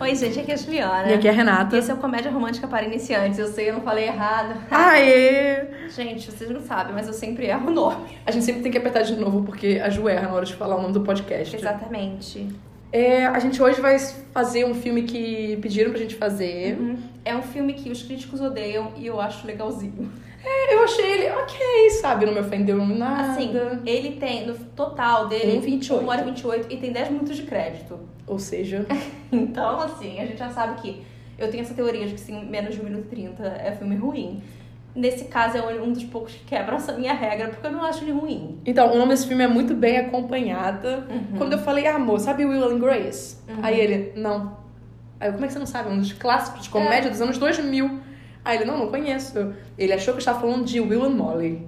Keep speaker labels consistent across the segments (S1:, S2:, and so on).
S1: Oi, gente, aqui é a Juliana.
S2: E aqui é a Renata.
S1: Esse é o Comédia Romântica para Iniciantes. Eu sei, eu não falei errado.
S2: Aê!
S1: Gente, vocês não sabem, mas eu sempre erro o nome.
S2: A gente sempre tem que apertar de novo porque a Ju erra na hora de falar o nome do podcast.
S1: Exatamente.
S2: É, a gente hoje vai fazer um filme que pediram pra gente fazer.
S1: É um filme que os críticos odeiam e eu acho legalzinho.
S2: É, eu achei ele ok, sabe? Não me ofendeu nada.
S1: Assim, ele tem, no total dele,
S2: 1,28.
S1: 1 hora e 28 e tem 10 minutos de crédito.
S2: Ou seja,
S1: Então, assim, a gente já sabe que eu tenho essa teoria de que sim, menos de 1 minuto e 30 é filme ruim. Nesse caso, é um dos poucos que quebra essa minha regra, porque eu não acho ele ruim.
S2: então, o nome desse filme é muito bem acompanhada. Quando eu
S1: Hum.
S2: falei, ah, amor, sabe Will and Grace?
S1: Uhum.
S2: Aí ele, não. Aí eu, como é que você não sabe? É Um dos clássicos de comédia dos anos 2000. Aí ele, não, não conheço. Ele achou que eu estava falando de Will and Molly.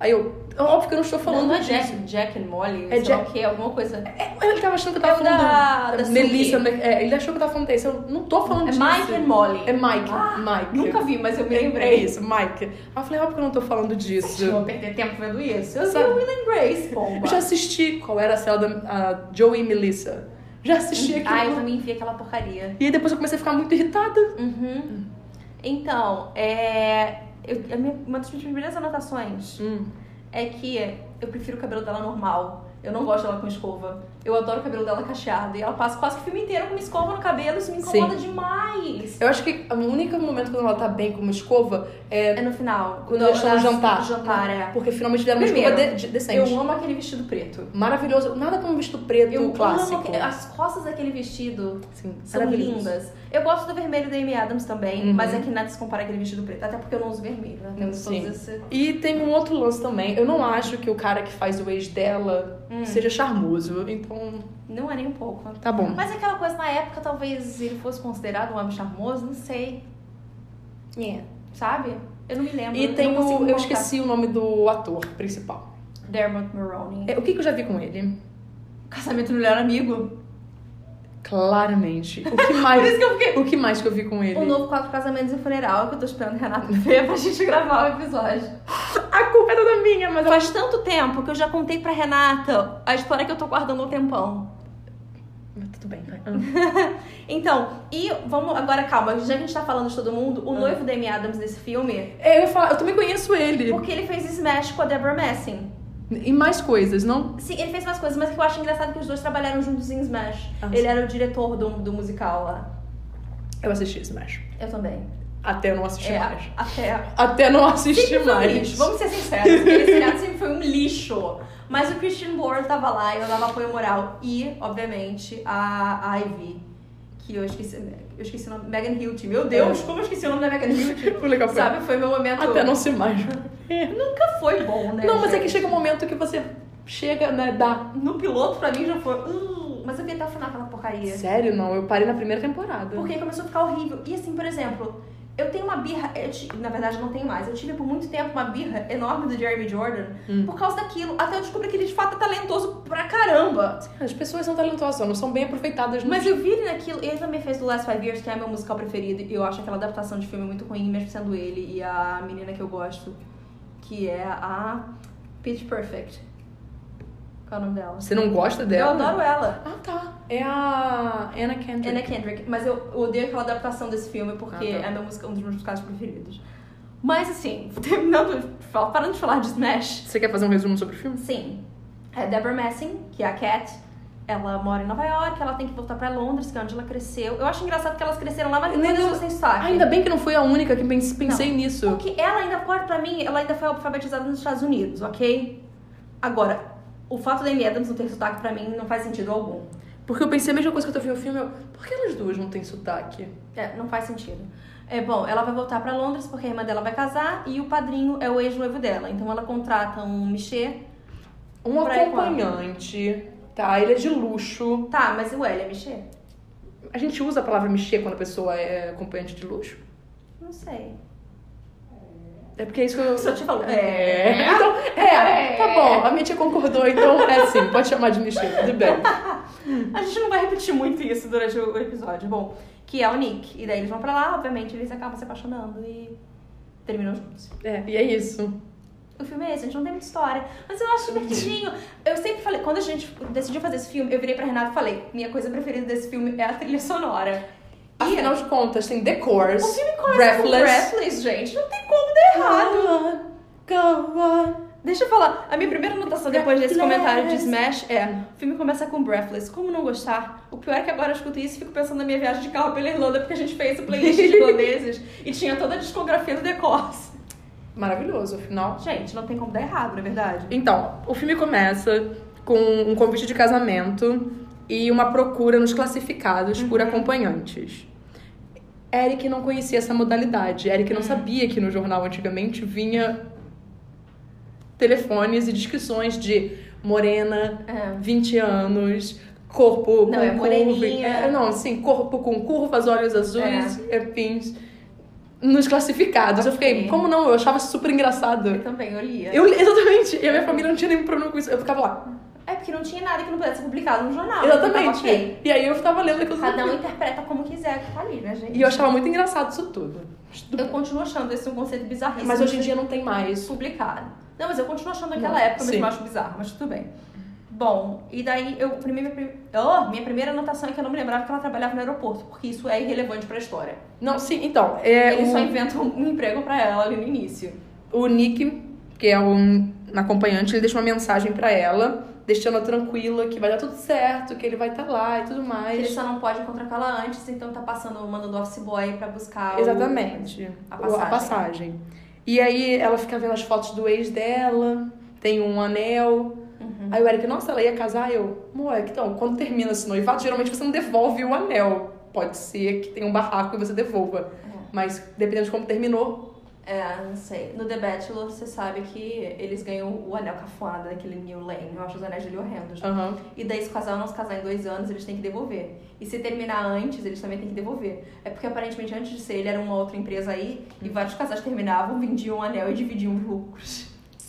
S2: Aí eu, óbvio que eu não estou falando
S1: Falando não, é
S2: disso.
S1: Jack, Jack and Molly,
S2: É
S1: sei lá
S2: Jack-
S1: o que, alguma coisa.
S2: Ele tava achando que eu
S1: É
S2: tava
S1: o
S2: falando
S1: da- da
S2: Tá Melissa.
S1: Sylvie.
S2: Mc- é, ele achou que eu tava falando desse. Eu não tô falando
S1: assim. É
S2: disso.
S1: Mike and Molly.
S2: É Mike.
S1: Ah,
S2: Mike.
S1: Nunca vi, mas eu me
S2: é, é
S1: lembrei.
S2: isso, Mike. Aí eu falei, ó, porque eu não tô falando disso.
S1: Eu vou perder tempo vendo isso. Eu
S2: Sabe-
S1: sei o Will and Grace,
S2: Eu
S1: pomba.
S2: já assisti qual era a cela da a Joey e Melissa. Já assisti aquilo.
S1: Ah, eu também vi aquela porcaria.
S2: E aí depois eu comecei a ficar muito irritada.
S1: Uhum. Então, é... eu- a minha- uma das minhas primeiras anotações é que eu prefiro o cabelo dela normal. Eu não gosto dela com escova. Eu adoro o cabelo dela cacheado. E ela passa quase que o filme inteiro com uma escova no cabelo. Isso me incomoda demais.
S2: Eu acho que o único momento quando ela tá bem com uma escova é
S1: É no final.
S2: quando
S1: No-
S2: eles estão no
S1: na-
S2: jantar.
S1: no jantar, é.
S2: Porque finalmente deram uma
S1: Primeiro,
S2: escova de- de- decente.
S1: Eu amo aquele vestido preto.
S2: Maravilhoso. Nada como um vestido preto
S1: Eu
S2: clássico.
S1: amo aque- as costas daquele vestido.
S2: Sim,
S1: São
S2: maravilhoso.
S1: lindas. Eu gosto do vermelho da Amy Adams também,
S2: Uhum.
S1: mas é que nada se compara aquele vestido preto. Até porque eu não uso vermelho, né? Temos
S2: Sim.
S1: todos esse...
S2: E tem um outro lance também. Eu não acho que o cara que faz o ex dela
S1: Hum.
S2: seja charmoso. Então,
S1: Não é nem um pouco.
S2: tá bom.
S1: Mas aquela coisa, na época, talvez ele fosse considerado um homem charmoso, não sei, sabe? É. Eu não me lembro.
S2: E tem
S1: não consigo
S2: o. Eu
S1: colocar.
S2: esqueci o nome do ator principal.
S1: Dermot Mulroney.
S2: É, o que, que eu já vi com ele?
S1: Casamento do melhor amigo.
S2: Claramente. O que
S1: Por
S2: mais,
S1: isso que eu fiquei...
S2: o que, mais que eu vi com ele?
S1: O novo quadro Casamentos e Funeral, que eu tô esperando o Renato ver pra gente gravar o episódio.
S2: A culpa é toda minha, mas
S1: Faz tanto tempo que eu já contei pra Renata a história que eu tô guardando há um tempão.
S2: Mas tudo bem, vai.
S1: Ah. Então, e vamos agora, calma, já que a gente tá falando de todo mundo, o
S2: Ah.
S1: noivo da Amy Adams nesse filme,
S2: É, eu ia falar, eu também conheço ele.
S1: porque ele fez Smash com a Deborah Messing.
S2: E mais coisas, não?
S1: Sim, ele fez umas coisas, mas que eu acho engraçado que os dois trabalharam juntos em Smash.
S2: Ah,
S1: ele
S2: sim.
S1: era o diretor do, do musical lá.
S2: Eu assisti Smash.
S1: Eu também.
S2: Até não assistir
S1: É,
S2: mais.
S1: até.
S2: Até não assistir
S1: Sempre foi um
S2: mais.
S1: lixo. Vamos ser sinceros, aquele seriado sempre foi um lixo. Mas o Christian Ward tava lá e eu dava apoio moral. E, obviamente, a, a Ivy. Que eu esqueci. Eu esqueci o nome. Megan Hilty. Meu Deus, como eu esqueci o nome da Megan Hilty?
S2: O legal foi.
S1: Sabe, foi meu momento.
S2: É. Até não ser mais.
S1: Nunca foi bom, né?
S2: Não, mas é que
S1: gente?
S2: chega um momento que você chega, né, dá.
S1: No piloto, pra mim, já foi. "Uh", mas eu vi até o final aquela porcaria.
S2: Sério, não, eu parei na primeira temporada.
S1: Porque começou a ficar horrível. E assim, por exemplo, eu tenho uma birra. eu ti- na verdade, não tenho mais. Eu tive por muito tempo uma birra enorme do Jeremy Jordan por causa daquilo. Até eu descobri que ele de fato é talentoso pra caramba.
S2: As pessoas são talentosas, não são bem aproveitadas. Mas
S1: Mas eu vi ele naquilo. Ele também fez do Last Five Years, que é meu musical preferido. E eu acho aquela adaptação de filme muito ruim, mesmo sendo ele e a menina que eu gosto, que é a Pitch Perfect. Qual é o nome dela?
S2: você não gosta
S1: Eu
S2: dela?
S1: adoro ela.
S2: Ah, tá. É a Anna Kendrick.
S1: Anna Kendrick, mas eu odeio aquela adaptação desse filme porque
S2: Ah, tá.
S1: é meu música, um dos meus musicais preferidos. Mas assim, terminando, de falar- parando de falar de Smash,
S2: Você quer fazer um resumo sobre o filme?
S1: sim, é Deborah Messing, que é a Cat, ela mora em Nova York, ela tem que voltar pra Londres, que é onde ela cresceu. Eu acho engraçado que elas cresceram lá, mas
S2: Nem-
S1: depois vocês sabem.
S2: Ainda bem que não fui a única que pens- pensei nisso.
S1: Porque ela ainda pode, pra mim, ela ainda foi alfabetizada nos Estados Unidos, ok? Agora, o fato da Amy Adams não ter sotaque pra mim não faz sentido algum.
S2: Porque eu pensei a mesma coisa que eu vi o filme. Eu, por que elas duas não têm sotaque?
S1: É, não faz sentido. É, bom, ela vai voltar pra Londres porque a irmã dela vai casar e o padrinho é o ex-noivo dela. Então ela contrata um Michê.
S2: Um
S1: Pra ir com ela.
S2: acompanhante, tá? Ele é de luxo.
S1: Tá, mas e o L é Michê?
S2: A gente usa a palavra mexer quando a pessoa é acompanhante de luxo?
S1: Não sei.
S2: É porque é isso que eu.
S1: Só te falo.
S2: É. Então, é, tá bom. A minha tia concordou, então é assim, pode chamar de mexer, tudo bem.
S1: A gente não vai repetir muito isso durante o episódio. Bom, que é o Nick. E daí eles vão pra lá, obviamente eles acabam se apaixonando e terminam juntos.
S2: É, e é isso.
S1: O filme é esse, a gente não tem muita história. Mas eu acho divertidinho. Eu sempre falei, quando a gente decidiu fazer esse filme, eu virei pra Renata e falei: minha coisa preferida desse filme é a trilha sonora.
S2: Afinal de contas, tem The Course,
S1: o filme começa com
S2: Breathless.
S1: Breathless, gente. Não tem como dar errado.
S2: Go on, go on.
S1: Deixa eu falar. A minha primeira anotação depois desse
S2: Breathless.
S1: comentário de Smash é: o filme começa com Breathless. Como não gostar? O pior é que agora eu escuto isso e fico pensando na minha viagem de carro pela Irlanda, porque a gente fez o playlist de irlandeses e tinha toda a discografia do The Course.
S2: Maravilhoso, afinal.
S1: Gente, não tem como dar errado, não é verdade?
S2: Então, o filme começa com um convite de casamento e uma procura nos classificados por
S1: Uhum.
S2: acompanhantes. Eric não conhecia essa modalidade. Eric
S1: Hum.
S2: não sabia que no jornal antigamente vinha telefones e descrições de morena,
S1: É.
S2: 20 anos,
S1: Não,
S2: corpo com
S1: é
S2: curva.
S1: moreninha.
S2: é, não, assim, corpo com curvas, olhos azuis, é. pins. Nos classificados. Eu fiquei,
S1: Ok.
S2: como não? Eu achava isso super engraçado.
S1: Eu também, eu lia.
S2: Eu, exatamente. E a minha família não tinha nenhum problema com isso. Eu ficava lá.
S1: É porque não tinha nada que não pudesse ser publicado no jornal. Então
S2: exatamente.
S1: tava ok.
S2: E aí eu tava lendo aquilo
S1: Cada um
S2: tudo.
S1: interpreta como quiser que tá ali, né, gente?
S2: E eu achava muito engraçado isso tudo.
S1: Eu continuo achando esse um conceito bizarríssimo.
S2: Mas hoje em
S1: de
S2: dia não tem mais.
S1: publicado. Não, mas eu continuo achando aquela
S2: Não,
S1: época
S2: sim.
S1: mesmo, eu acho bizarro, mas tudo bem. Bom, e daí eu primeiro, prim- oh, minha primeira anotação é que eu não me lembrava que ela trabalhava no aeroporto, porque isso é irrelevante pra história.
S2: Não, sim, então. É
S1: Eles só
S2: o,
S1: inventam um emprego pra ela ali no início.
S2: o Nick, que é um acompanhante, ele deixa uma mensagem pra ela, deixando ela tranquila, que vai dar tudo certo, que ele vai estar lá e tudo
S1: Ele
S2: mais.
S1: só não pode contratar ela antes, então tá passando, mandando office boy pra buscar o-
S2: Exatamente.
S1: a
S2: O-
S1: passagem.
S2: a passagem. E aí ela fica vendo as fotos do ex dela, tem um anel.
S1: Uhum.
S2: Aí o Eric, nossa, ela ia casar? Eu, moleque, então, quando termina esse noivado, geralmente você não devolve o anel. Pode ser que tenha um barraco e você devolva. Mas dependendo de como terminou.
S1: É, não sei. No The Bachelor, você sabe que eles ganham o anel cafona daquele New Lane. Eu acho os anéis dele horrendos.
S2: Aham.
S1: E daí, se o casal não se casar em dois anos, eles têm que devolver. E se terminar antes, eles também têm que devolver. É porque aparentemente antes de ser ele era uma outra empresa aí e vários casais terminavam, vendiam o anel e dividiam os lucros.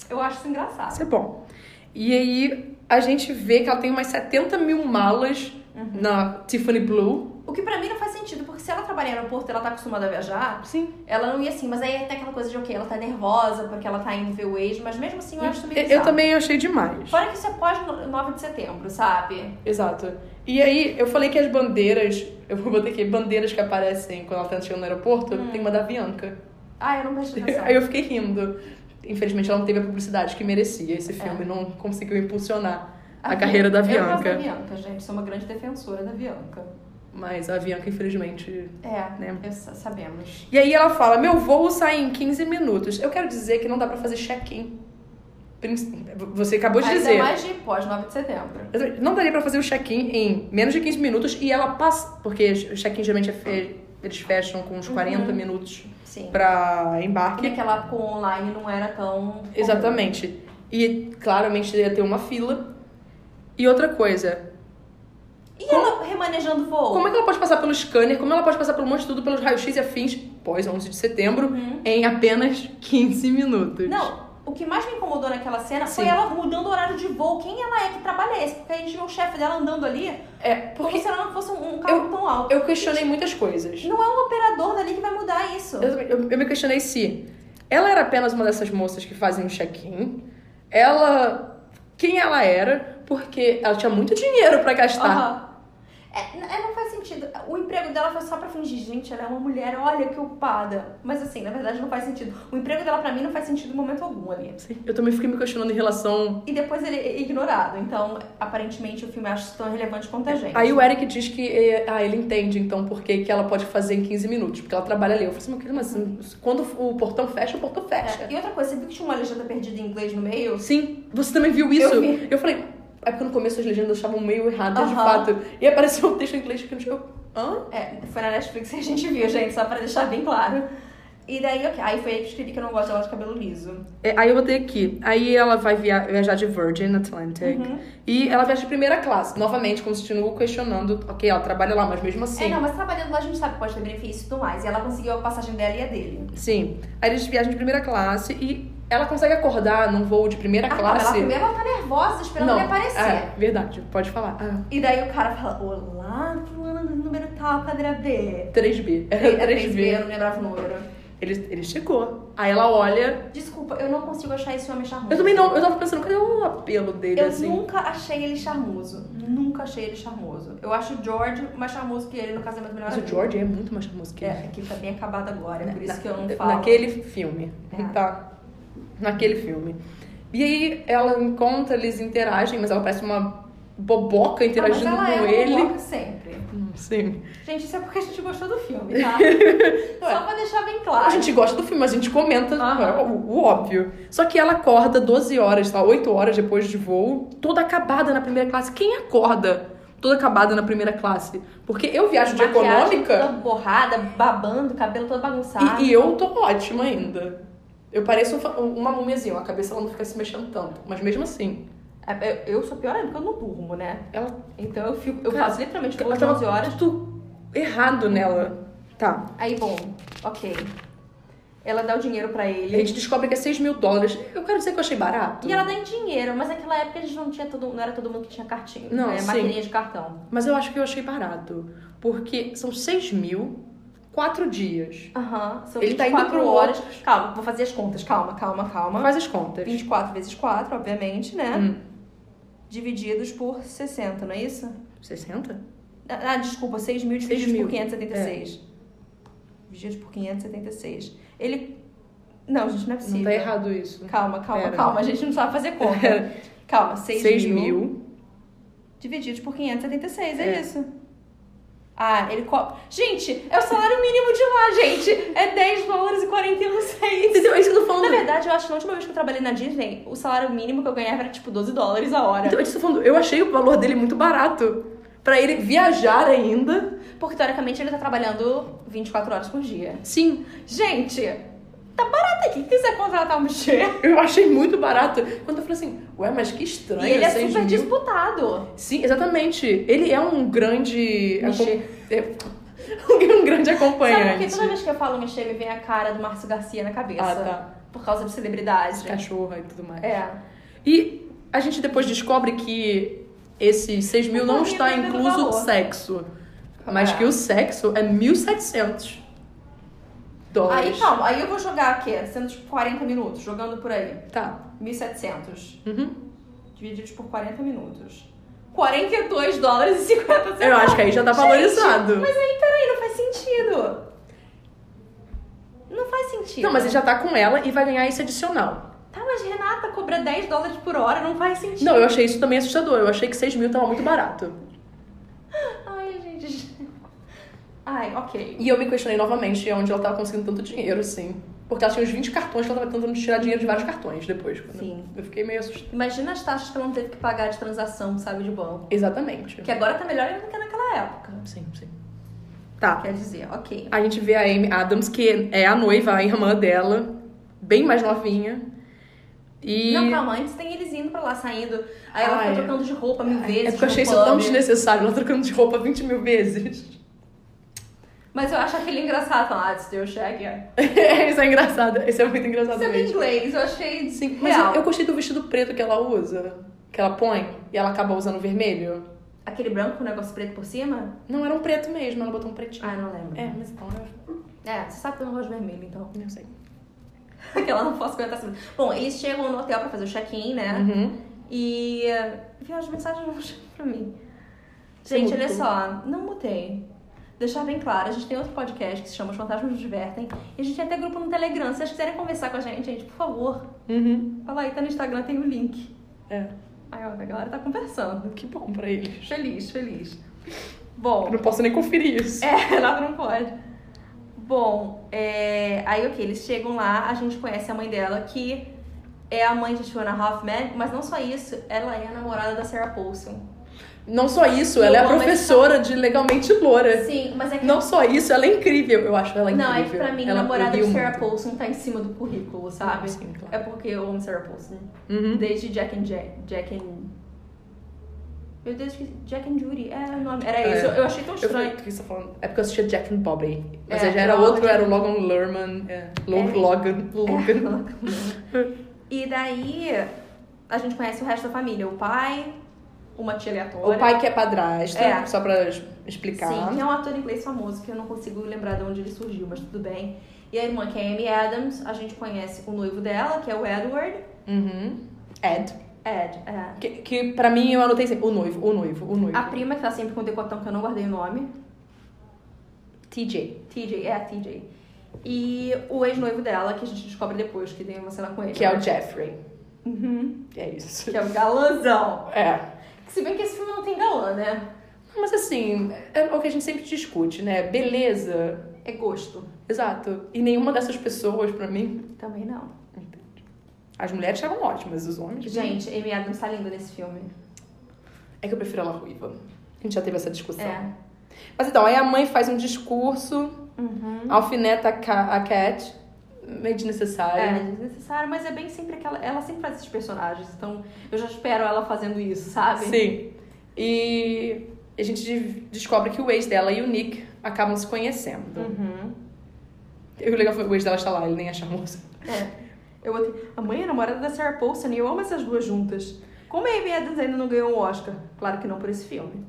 S1: Eu acho isso engraçado.
S2: Isso é bom. E aí a gente vê que ela tem umas 70 mil malas
S1: Uhum.
S2: na Tiffany Blue.
S1: O que pra mim não faz sentido, porque se ela trabalha em aeroporto e ela tá acostumada a viajar,
S2: Sim.
S1: ela não ia assim. Mas aí é até aquela coisa de, ok, ela tá nervosa porque ela tá indo ver o ex, mas mesmo assim eu acho meio
S2: Eu,
S1: bizarro.
S2: também achei demais.
S1: Fora que isso é pós 9 de setembro, sabe?
S2: Exato. E aí, eu falei que as bandeiras. Eu vou botar aqui, bandeiras que aparecem quando ela tá chegando no aeroporto,
S1: Hum.
S2: tem uma da Bianca.
S1: Ah, eu não prestei atenção.
S2: Aí eu fiquei rindo. Infelizmente, ela não teve a publicidade que merecia. Esse filme não conseguiu impulsionar a carreira da
S1: É. Eu gosto da
S2: Bianca.
S1: Bianca, gente. Sou uma grande defensora da Bianca.
S2: Mas a Bianca, infelizmente.
S1: É,
S2: Né?
S1: eu sa- sabemos.
S2: E aí ela fala: Meu voo sai em 15 minutos. Eu quero dizer que não dá pra fazer check-in. Prin- Você acabou de
S1: Mas
S2: dizer.
S1: é mais de pós 9 de setembro.
S2: Não daria pra fazer o check-in em menos de 15 minutos e ela passa. Porque o check-in geralmente é fe- eles fecham com uns 40 minutos
S1: Sim.
S2: pra
S1: Porque
S2: embarque.
S1: aquela época o online não era tão. comum.
S2: Exatamente. E claramente ia ter uma fila. E outra coisa,
S1: E ela remanejando o voo?
S2: como é que ela pode passar pelo scanner? Como ela pode passar por um monte de tudo, pelos raios-x e afins, pós 11 de setembro,
S1: Uhum.
S2: em apenas 15 minutos?
S1: Não. O que mais me incomodou naquela cena foi
S2: Sim.
S1: ela mudando o horário de voo. Quem ela é que trabalha esse? Porque a gente viu o chefe dela andando ali
S2: É,
S1: como
S2: porque
S1: se ela não fosse um um carro tão alto.
S2: eu questionei muitas coisas.
S1: Não é um operador dali que vai mudar isso.
S2: Eu, também- eu- eu me questionei se ela era apenas uma dessas moças que fazem o check-in, ela. quem ela era, porque ela tinha muito dinheiro pra gastar.
S1: Aham. É, n- é, não faz sentido. O emprego dela foi só pra fingir, gente, ela é uma mulher, olha que ocupada. Mas assim, na verdade não faz sentido. O emprego dela pra mim não faz sentido em momento algum ali.
S2: Sim, Eu também fiquei me questionando em relação
S1: E depois ele é ignorado. Então, aparentemente, o filme acha tão relevante quanto a gente.
S2: Aí o Eric diz que eh, ah, ele entende então por que, que ela pode fazer em 15 minutos, porque ela trabalha ali. Eu falei assim, meu querido, mas hum, quando o portão fecha, o portão fecha.
S1: É. E outra coisa, você viu que tinha uma legenda perdida em inglês no meio?
S2: Sim, você também viu isso?
S1: Eu vi.
S2: falei, é porque no começo as legendas estavam meio erradas, de
S1: Aham.
S2: fato. E apareceu um texto em inglês que eu eu, hã?
S1: É, foi na Netflix que a gente viu, gente, só pra deixar bem claro. E daí, ok. Aí foi aí que eu escrevi que eu não gosto dela de cabelo liso.
S2: É, aí eu botei aqui. Aí ela vai via- viajar de Virgin Atlantic.
S1: Uhum.
S2: E ela viaja de primeira classe. Novamente, como se continua questionando. Ok, ela trabalha lá, mas mesmo assim.
S1: É, não, mas trabalhando lá a gente sabe que pode ter benefício e tudo mais. E ela conseguiu a passagem dela e a dele.
S2: Sim. Aí eles viajam de primeira classe e ela consegue acordar num voo de primeira
S1: Ah, não,
S2: É classe.
S1: ela primeiro ela tá nervosa, esperando ele aparecer.
S2: É, verdade, pode falar. Ah,
S1: E daí o cara fala, olá, fulano do número tal, cadeira B.
S2: B.
S1: É 3B, eu não lembrava o número.
S2: Ele, ele chegou. Aí ela olha.
S1: Desculpa, eu não consigo achar esse homem charmoso.
S2: Eu também não, eu tava pensando, cadê o apelo dele
S1: Eu
S2: assim?
S1: nunca achei ele charmoso. Nunca achei ele charmoso. Eu acho o George mais charmoso que ele no casamento melhor.
S2: Mas o George é muito mais charmoso que ele.
S1: É, que tá bem acabado agora, é por isso
S2: Na-
S1: que eu não falo.
S2: Naquele filme.
S1: É.
S2: Tá. Naquele filme. E aí ela encontra, eles interagem, mas ela parece uma boboca
S1: Ah, mas
S2: interagindo
S1: ela
S2: com
S1: é
S2: ele.
S1: fofoca sempre.
S2: Hum, Sim.
S1: Gente, isso é porque a gente gostou do filme, tá? Só
S2: Ué.
S1: pra deixar bem
S2: A
S1: claro.
S2: gente gosta do filme, a gente comenta é
S1: Aham.
S2: o, o óbvio. Só que ela acorda 12 horas, tá? 8 horas depois de voo, toda acabada na primeira classe. Quem acorda toda acabada na primeira classe? Porque eu viajo de
S1: Maquiagem
S2: econômica.
S1: Toda borrada, babando, cabelo todo bagunçado.
S2: E, e eu tô ótima ainda. Eu pareço um fa- uma múmiazinha, a cabeça ela não fica se mexendo tanto. Mas mesmo assim,
S1: É, Eu eu sou pior ainda porque eu não durmo, né?
S2: ela.
S1: Então eu fico, eu
S2: Cara,
S1: faço literalmente voo de
S2: tava
S1: 11 horas.
S2: tudo errado nela. Tá.
S1: Aí, bom, ok. Ela dá o dinheiro pra
S2: A
S1: ele.
S2: gente descobre que é 6 mil dólares. Eu quero dizer que eu achei barato.
S1: E ela dá em dinheiro, mas naquela época eles não tinha todo, não era todo mundo que tinha cartinho.
S2: Não,
S1: né?
S2: sim.
S1: maquininha de cartão.
S2: Mas eu acho que eu achei barato. Porque são 6 mil, 4 dias.
S1: Aham. São
S2: Ele tá indo
S1: 24
S2: pro
S1: horas. Calma, vou fazer as contas. Calma, calma, calma.
S2: Faz as contas.
S1: 24 vezes 4, obviamente, né?
S2: Hum.
S1: Divididos por 60, não é isso?
S2: 60?
S1: Ah, ah, desculpa, 6 mil divididos
S2: 6.000,
S1: por
S2: É.
S1: 576. Divididos por 576. Ele. Não, gente, não é possível.
S2: Não tá errado isso.
S1: Calma, calma,
S2: Pera.
S1: calma. A gente não sabe fazer conta. calma, 6, mil, divididos por 576, é,
S2: É.
S1: isso. Ah, ele. Co... Gente, é o salário mínimo de lá, gente. É 10 dólares e 41 cents.
S2: Entendeu? É isso que eu tô falando.
S1: Na verdade, eu acho que na última vez que eu trabalhei na Disney, o salário mínimo que eu ganhava era tipo 12 dólares a hora.
S2: Então, eu estou falando, eu achei o valor dele muito barato. Pra ele viajar ainda.
S1: Porque teoricamente ele tá trabalhando 24 horas por dia.
S2: Sim,
S1: Gente, tá barato aqui. Quem quiser contratar um bichê.
S2: eu achei muito barato. Quando eu falei assim, ué, mas que estranho.
S1: E ele é
S2: 6
S1: super
S2: mil.
S1: disputado.
S2: Sim, exatamente. Ele é um grande.
S1: Mexer.
S2: acom- é- um
S1: Sabe por
S2: grande
S1: que
S2: acompanhante.
S1: toda vez que eu falo mexer, me vem a cara do Márcio Garcia na cabeça?
S2: ah, tá.
S1: Por causa de celebridade.
S2: Cachorra e tudo mais.
S1: É.
S2: E a gente depois descobre que esses 6 mil não
S1: Não
S2: está
S1: tem dependendo do
S2: incluso
S1: tá valor.
S2: sexo. Mas
S1: É.
S2: que o sexo é 1.700 dólares.
S1: Aí calma, aí eu vou jogar o quê? Sendo tipo 40 minutos, jogando por aí.
S2: Tá.
S1: 1.700.
S2: Uhum.
S1: Divididos por 40 minutos. 42 dólares e 50 centavos.
S2: Eu acho que aí já tá
S1: Gente,
S2: valorizado.
S1: mas aí, peraí, não faz sentido. Não faz sentido.
S2: Não, mas ele já tá com ela e vai ganhar esse adicional.
S1: Tá, mas Renata cobra 10 dólares por hora, não faz sentido.
S2: Não, eu achei isso também assustador. Eu achei que 6 mil tava muito barato.
S1: Ai, gente. Ai, ok.
S2: E eu me questionei novamente onde ela tava conseguindo tanto dinheiro, assim. Porque ela tinha uns 20 cartões que ela tava tentando tirar dinheiro de vários cartões depois. quando-
S1: Sim.
S2: Eu fiquei meio assustada.
S1: Imagina as taxas que ela não teve que pagar de transação, sabe, de banco.
S2: Exatamente.
S1: Que é- agora tá melhor ainda do que naquela época.
S2: Sim, sim. Tá.
S1: Quer dizer, ok.
S2: A gente vê a Amy Adams, que é a noiva, a irmã dela, bem mais novinha. E.
S1: Não, calma, antes tem eles indo pra lá, saindo. Aí ela
S2: Ai.
S1: fica trocando de roupa mil
S2: é
S1: vezes. tipo,
S2: porque eu
S1: no
S2: achei isso tão
S1: pub.
S2: desnecessário, ela tá trocando de roupa 20 mil vezes.
S1: Mas eu acho aquele engraçado. Ah, it's still shaggy. Isso
S2: isso é engraçado. Isso é muito engraçado
S1: é bem
S2: mesmo.
S1: inglês, eu achei
S2: Sim, mas
S1: real.
S2: eu, eu gostei do vestido preto que ela usa, que ela põe, e ela acaba usando vermelho.
S1: Aquele branco com o negócio preto por cima?
S2: Não, era um preto mesmo, ela botou um pretinho.
S1: Ah, não lembro.
S2: É, mas então, eu
S1: É, você sabe que eu não gosto de vermelho, então.
S2: não sei.
S1: que ela não posso comentar sobre. Bom, eles chegam no hotel pra fazer o check-in, né?
S2: Uhum.
S1: E enviar as mensagens não chegam pra mim.
S2: Você
S1: Gente, olha
S2: mutou?
S1: só, não mutei. Deixar bem claro, a gente tem outro podcast que se chama Os Fantasmas Nos Divertem. E a gente tem até grupo no Telegram. Se vocês quiserem conversar com a gente, gente, por favor,
S2: Uhum.
S1: fala aí, tá no Instagram, tem o link.
S2: É,
S1: Aí, ó, a galera tá conversando.
S2: que bom pra ele.
S1: Feliz, feliz.
S2: Eu
S1: Bom,
S2: não posso nem conferir isso.
S1: é, Renato não pode. Bom, é, aí, ok, eles chegam lá, a gente conhece a mãe dela, que é a mãe de Joanna Hoffman, mas não só isso, ela é a namorada da Sarah Paulson.
S2: Não só isso, ela é a
S1: Não, mas-
S2: professora de Legalmente Loura.
S1: Sim, mas é que.
S2: Não só isso, ela é incrível. Eu acho ela incrível.
S1: Não, é que pra mim,
S2: ela um
S1: namorada de
S2: proibiu
S1: Sarah
S2: muito.
S1: Paulson tá em cima do currículo, sabe?
S2: Sim, um claro.
S1: É porque eu amo Sarah Paulson.
S2: Uhum.
S1: Desde Jack and Jack. Jack and. Meu Deus, que Jack and Judy. É o nome. Era
S2: É.
S1: isso. Eu achei tão
S2: Eu falei,
S1: estranho.
S2: o que você tá falando? É porque eu assistia Jack and Bobby. Mas
S1: É,
S2: aí já era
S1: eu
S2: outro,
S1: amo
S2: era o Logan Lerman. É. Log-
S1: É.
S2: Logan. Logan.
S1: É. E daí a gente conhece o resto da família. O pai, uma tia aleatória.
S2: O pai que é padrasto,
S1: É.
S2: só pra es- explicar.
S1: Sim, que é um ator inglês famoso, que eu não consigo lembrar de onde ele surgiu, mas tudo bem. E a irmã, que é Amy Adams, a gente conhece o noivo dela, que é o Edward.
S2: Uhum. Ed.
S1: Ed, é.
S2: Que, que pra mim eu anotei sempre. O noivo, o noivo, o noivo.
S1: A prima que tá sempre com o decotão, que eu não guardei o nome.
S2: TJ.
S1: TJ, é a TJ. E o ex-noivo dela, que a gente descobre depois, que tem uma cena com ele.
S2: Que é o
S1: né?
S2: Jeffrey.
S1: Uhum.
S2: É isso.
S1: Que é o galãzão.
S2: É.
S1: Que Se bem que esse filme não tem galã, né?
S2: Mas assim, é o que a gente sempre discute, né? Beleza.
S1: É gosto.
S2: Exato. E nenhuma dessas pessoas, pra mim,
S1: Também não.
S2: as mulheres estavam ótimas, os homens.
S1: Gente, Amy Adams tá linda nesse filme.
S2: É que eu prefiro ela ruiva. A gente já teve essa discussão.
S1: É.
S2: Mas então, aí a mãe faz um discurso,
S1: Uhum.
S2: alfineta a, Ca- a Cat, meio desnecessário.
S1: É desnecessário, mas é bem sempre que ela, ela sempre faz esses personagens, então eu já espero ela fazendo isso, É, sabe?
S2: Sim. E a gente de- descobre que o ex dela e o Nick acabam se conhecendo.
S1: Uhum.
S2: E o legal foi que o ex dela está lá, ele nem é charmoso.
S1: É. Eu botei. A mãe é namorada da Sarah Paulson e eu amo essas duas juntas. Como a Amy Adams ainda não ganhou um Oscar? Claro que não por esse filme.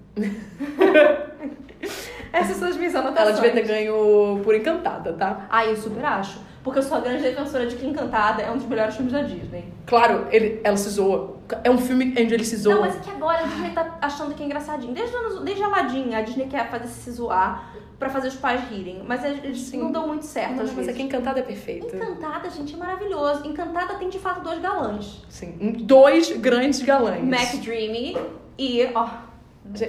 S1: Essas são as minhas
S2: Ela
S1: anotações.
S2: devia ter ganho por encantada, tá?
S1: Ah, eu super acho. Porque eu sou a grande defensora de que Encantada é um dos melhores filmes da Disney.
S2: Claro, ele, ela se zoa. É um filme onde ele se zoa.
S1: Não, mas é que agora a Disney tá achando que é engraçadinho. Desde, os anos- desde Aladdin, a Disney quer fazer se zoar pra fazer os pais rirem. Mas eles
S2: Sim.
S1: não dão muito certo, às
S2: Não, mas é
S1: vezes.
S2: que encantada é perfeito.
S1: Encantada, gente, é maravilhoso. Encantada tem de fato dois galãs.
S2: Sim. Um, Dois grandes galãs.
S1: Mac Dreamy e. Ó,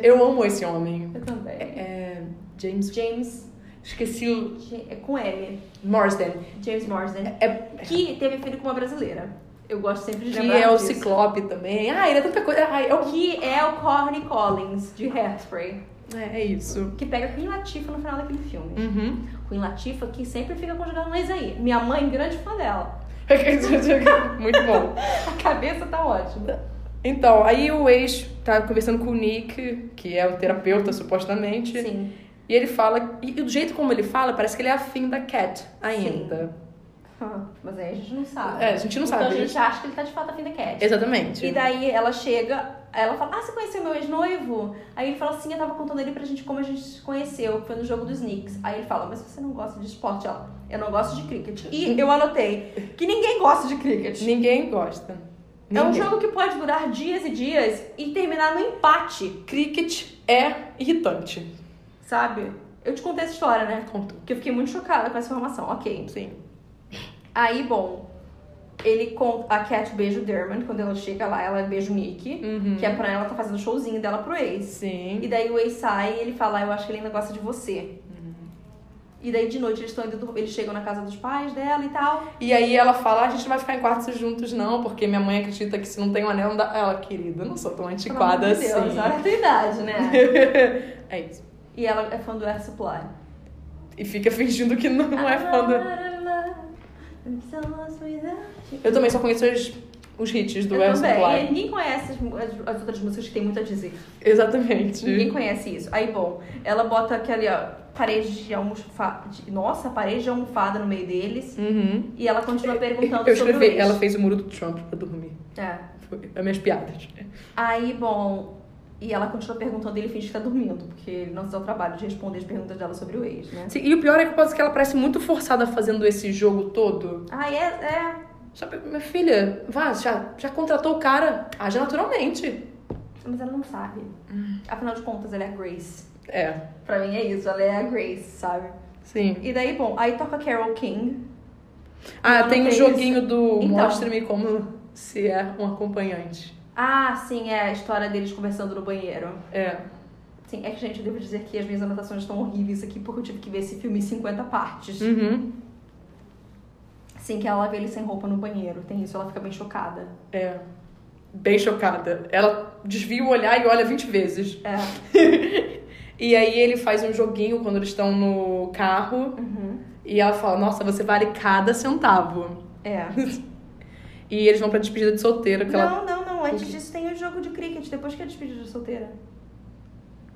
S2: Eu amo esse homem.
S1: eu também.
S2: É, James.
S1: James.
S2: Esqueci o.
S1: É com M.
S2: Marsden.
S1: James Marsden.
S2: É,
S1: Que teve filho com uma brasileira. Eu gosto sempre de
S2: que
S1: lembrar
S2: é o
S1: disso.
S2: Ciclope também. Ah, ele é tanta coisa. Ai, é, o-
S1: Que é o Corny Collins, de Hairspray.
S2: é, é isso.
S1: Que pega Queen Latifah no final daquele filme.
S2: Uhum.
S1: Queen Latifah, que sempre fica com os galãs aí. Minha mãe, grande fã dela.
S2: Muito bom.
S1: A cabeça tá ótima.
S2: Então, aí o ex tá conversando com o Nick, que é o terapeuta, supostamente.
S1: Sim.
S2: E ele fala. E, e do jeito como ele fala, parece que ele é afim da Cat ainda.
S1: Ah, Mas aí a gente não sabe.
S2: É, a gente não
S1: então
S2: sabe.
S1: a gente acha que ele tá de fato afim da Cat.
S2: Exatamente.
S1: E daí ela chega, ela fala, ah, você conheceu meu ex-noivo? Aí ele fala assim, eu tava contando ele pra gente como a gente se conheceu, que foi no jogo dos Knicks. Aí ele fala, mas você não gosta de esporte? Ela, eu não gosto de cricket. E eu anotei que ninguém gosta de cricket.
S2: Ninguém gosta.
S1: É um
S2: Ninguém.
S1: jogo que pode durar dias e dias e terminar no empate,
S2: Cricket é irritante.
S1: sabe? Eu te contei essa história, né?
S2: Contou.
S1: Porque eu fiquei muito chocada com essa informação. Ok.
S2: Sim.
S1: Aí, bom, ele com a Cat beija o Dermot quando ela chega lá, ela beija o Nick,
S2: Uhum.
S1: que é pra ela tá fazendo o showzinho dela pro ex.
S2: Sim.
S1: E daí o ex sai e ele fala, "Ah, eu acho que ele ainda gosta de você. E daí de noite eles estão indo dormir, eles chegam na casa dos pais dela e tal.
S2: E aí ela fala, "Ah, a gente não vai ficar em quartos juntos não, porque minha mãe acredita que se não tem um anel, não dá... Ela, querida, eu não sou tão antiquada
S1: Pelo amor de
S2: assim.
S1: Deus, olha a tua idade, né?
S2: é isso.
S1: e ela é fã do Air Supply.
S2: E fica fingindo que não é fã do... Eu também só conheço os, os hits do
S1: Eu
S2: Air
S1: também.
S2: Supply.
S1: Ninguém conhece as, as- as outras músicas que tem muito a dizer.
S2: Exatamente.
S1: Ninguém conhece isso. Aí, bom, ela bota aquele, ó, parede de almofada. Nossa, parede de almofada no meio deles.
S2: Uhum.
S1: E ela continua perguntando
S2: Eu
S1: sobre o ex.
S2: escrevi, ela fez o muro do Trump pra dormir.
S1: É.
S2: Foi as minhas piadas.
S1: Aí, bom, e ela continua perguntando e ele finge que tá dormindo, porque ele não se dá o trabalho de responder as perguntas dela sobre o ex, né?
S2: Sim, e o pior é que pode ser que ela parece muito forçada fazendo esse jogo todo.
S1: Ah, é, é.
S2: Sabe, minha filha, vá, já, já contratou o cara, age naturalmente.
S1: Mas ela não sabe. Afinal de contas, ela é a Grace.
S2: É,
S1: Pra mim é isso, ela é a Grace, sabe?
S2: sim.
S1: E daí, bom, aí toca Carol King.
S2: Ah,
S1: Não,
S2: tem
S1: não
S2: o
S1: tem
S2: joguinho do
S1: Então.
S2: Mostre-me como se é um acompanhante.
S1: Ah, sim, é a história deles conversando no banheiro.
S2: É.
S1: Sim, é que, gente, eu devo dizer que as minhas anotações estão horríveis aqui, porque eu tive que ver esse filme em 50 partes.
S2: Uhum.
S1: Sim, que ela vê ele sem roupa no banheiro. Tem isso, ela fica bem chocada.
S2: É. Bem chocada. Ela desvia o olhar e olha 20 vezes.
S1: É.
S2: E aí ele faz um joguinho quando eles estão no carro
S1: Uhum.
S2: e ela fala: Nossa, você vale cada centavo.
S1: É.
S2: E eles vão pra despedida de solteiro. Que ela...
S1: Não, não, não. Antes disso tem o jogo de cricket, depois que é despedida de solteira.